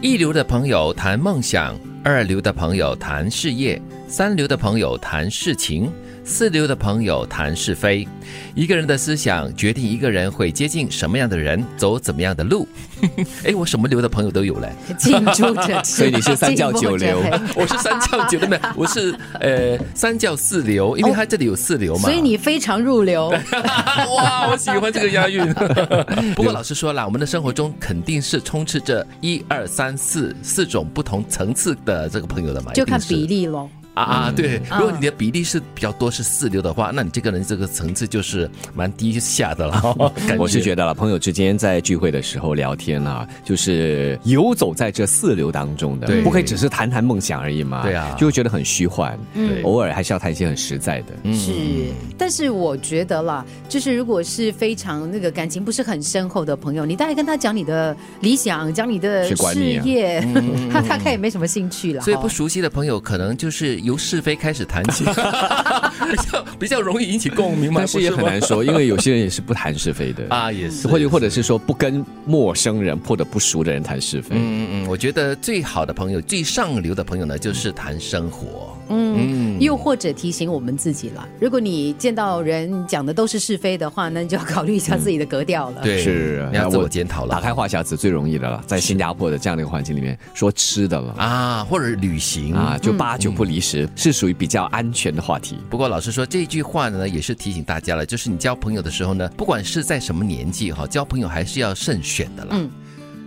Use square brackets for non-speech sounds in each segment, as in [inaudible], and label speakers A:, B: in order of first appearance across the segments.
A: 一流的朋友谈梦想，二流的朋友谈事业，三流的朋友谈事情，四流的朋友谈是非。一个人的思想决定一个人会接近什么样的人，走怎么样的
B: [laughs]
A: 路。哎，我什么流的朋友都有嘞，
B: 近朱
C: [laughs]
B: 者赤，
C: 所以你是三教九流
B: 近墨者
A: 我是三教九流，没有，我是呃三教四流，因为它这里有四流
B: 黑
A: 嘛。
B: 所以你非常入流。
A: [laughs] 哇，我喜欢这个押
B: [laughs]
A: 韵。不过老实说啦，我们的生活中肯定是充斥着一二三四四种不同层次的这个朋友的嘛，
B: 就看
A: 一定是
B: 比例喽。
A: 啊啊，对。
B: 嗯
A: 如果你的比例是比较多是四流的话，那你这个人这个层次就是蛮低下的
C: [laughs]
A: 了。感
C: 我是
A: 觉
C: 觉得了，朋友之间在聚会的时候聊天啊，就是游走在这四流当中的
A: 对，
C: 不可以只是谈谈梦想而已嘛。
A: 对啊
C: 就会觉得很虚幻。
A: 对嗯
C: 偶尔还是要谈一些很实在的。
B: 嗯是，但是我觉得啦，就是如果是非常那个感情不是很深厚的朋友，你大概跟他讲你的理想，讲你的
C: 谁管
B: 事
C: 你
B: [laughs]
C: 啊
B: 业，他大概也没什么兴趣了。
A: 所以不
B: 哈
A: 熟悉的朋友，可能就是由是非开始谈
C: [laughs]
A: 起，比较比较容易引起共鸣嘛。
C: 但是也
A: 不
C: 很
A: 吗
C: 难说，因为有些人也是不谈是非的，
A: [laughs] 啊，也是，
C: 或者或者是说不跟陌生人或者不熟的人谈是非。
A: 嗯嗯嗯，我觉得最好的朋友、最上流的朋友呢，就是谈生活。
B: 嗯，又或者提醒我们自己啦，如果你见到人讲的都是是非的话，那你就要考虑一下自己的格调了。
A: 对，
C: 是
A: 你要
C: 那
A: 自
C: 我
A: 我检讨
C: 打
A: 了
C: 开话匣子最容易的了，在新加坡的这样的一个环境里面，说吃的了
A: 啊，或者旅行
C: 啊，
A: 啊。
C: 就八九不离十，是属于比较安全的话题。
A: 不过老实说，这句话呢，也是提醒大家了，就是你交朋友的时候呢，不管是在什么年纪哈，交朋友还是要慎选的啦。
B: 嗯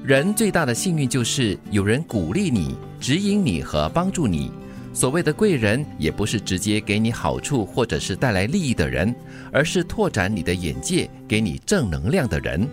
A: 人最大的幸运就是有人鼓励你、指引你和帮助你。所谓的贵人，也不是直接给你好处或者是带来利益的人，而是拓展你的眼界、给你正能量的人。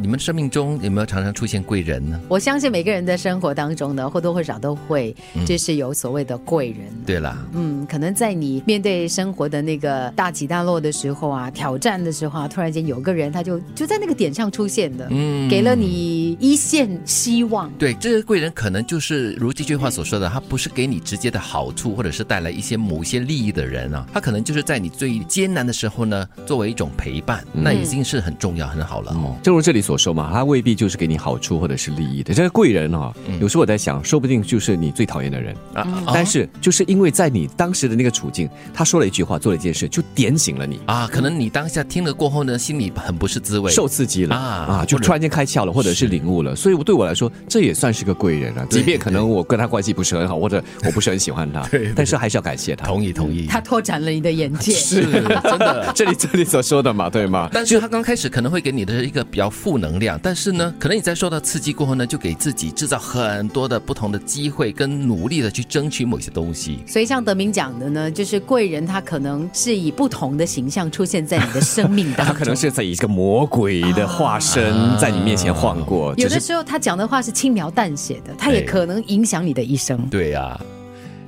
A: 你们生命中有没有常常出现贵人呢？
B: 我相信每个人的生活当中呢，或多或少都会，
C: 嗯
B: 就是有所谓的贵人。
A: 对啦，
B: 嗯，可能在你面对生活的那个大起大落的时候啊，挑战的时候啊，突然间有个人他就就在那个点上出现的，
A: 嗯
B: 给了你一线希望。
A: 对，这个贵人可能就是如这句话所说的，他不是给你直接的好处，或者是带来一些某些利益的人啊，他可能就是在你最艰难的时候呢，作为一种陪伴，那已经是很重要、很好了哦。
C: 正如这里所说嘛，他未必就是给你好处或者是利益的。这个贵人哦，
A: 嗯
C: 有时候我在想，说不定就是你最讨厌的人，
A: 啊啊
C: 但是就是因为在你当时的那个处境，他说了一句话，做了一件事，就点醒了你，
A: 啊，可能你当下听了过后呢，心里很不是滋味。
C: 受刺激了
A: 啊
C: 啊，就
A: 或者
C: 突然间开窍了，或者是领悟了。所以对我来说，这也算是个贵人啊。
A: 对
C: 即便可能我跟他关系不是很好，或者我不是很喜欢他
A: [laughs] 对对，
C: 但是还是要感谢他。
A: 同意同意，
B: 嗯他拓展了你的眼
C: [laughs]
B: 界，
A: 是真的。
C: 这里这里所说的嘛，
A: [laughs]
C: 对吗？
A: 但是他刚开始可能会给你的一个比较负能量，但是呢，可能你在受到刺激过后呢，就给自己制造很多的不同的机会，跟努力的去争取某些东西。
B: 所以像德明讲的呢，就是贵人他可能是以不同的形象出现在你的生命当
C: [laughs] 他
B: 中，
C: 可能是在以一个魔鬼的化身
A: 啊
C: 在你面前晃过，
B: 有的
C: 只是嗯
B: 时候他讲的话是轻描淡写的，他也
A: 对
B: 可能影响你的一生。
A: 对呀、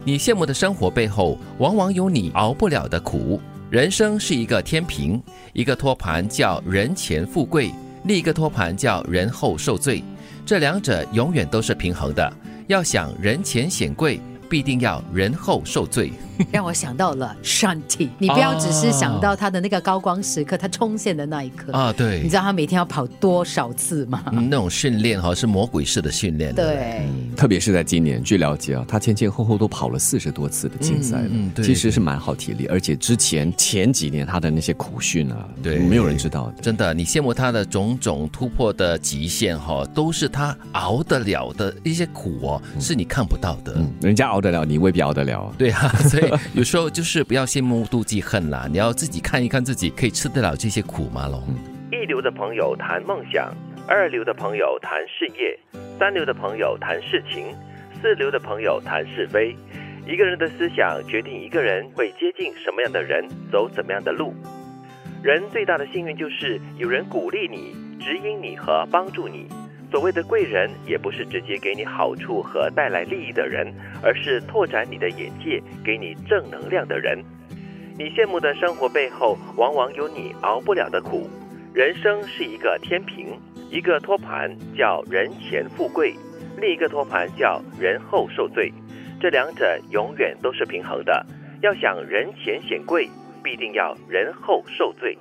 A: 你羡慕的生活背后，往往有你熬不了的苦。人生是一个天平，一个托盘叫人前富贵，另一个托盘叫人后受罪。这两者永远都是平衡的。要想人前显贵，必定要人后受罪。
B: 让我想到了 Shanti，你不要只是想到他的那个高光时刻，他冲线的那一刻。
A: 啊，对
B: 你知道他每天要跑多少次吗？
A: 嗯那种训练哈是魔鬼式的训练。
B: 对，
C: 特别是在今年，据了解啊，他前前后后都跑了四十多次的竞赛了，
A: 嗯嗯对
C: 其实是蛮耗体力，而且之前前几年他的那些苦训啊，
A: 对
C: 没有人知道的。
A: 真的，你羡慕他的种种突破的极限哈、都是他熬得了的一些苦哦，是你看不到的。
C: 嗯，人家熬得了，你未必熬得了啊。
A: 对啊， [laughs] 所以有时候就是不要羡慕妒忌恨啦，你要自己看一看自己可以吃得了这些苦吗？喽。
D: 一流的朋友谈梦想，二流的朋友谈事业，三流的朋友谈事情，四流的朋友谈是非。一个人的思想决定一个人会接近什么样的人，走怎么样的路。人最大的幸运就是有人鼓励你、指引你和帮助你。所谓的贵人，也不是直接给你好处和带来利益的人，而是拓展你的眼界、给你正能量的人。你羡慕的生活背后，往往有你熬不了的苦。人生是一个天平，一个托盘叫人前富贵，另一个托盘叫人后受罪。这两者永远都是平衡的。要想人前显贵，必定要人后受罪。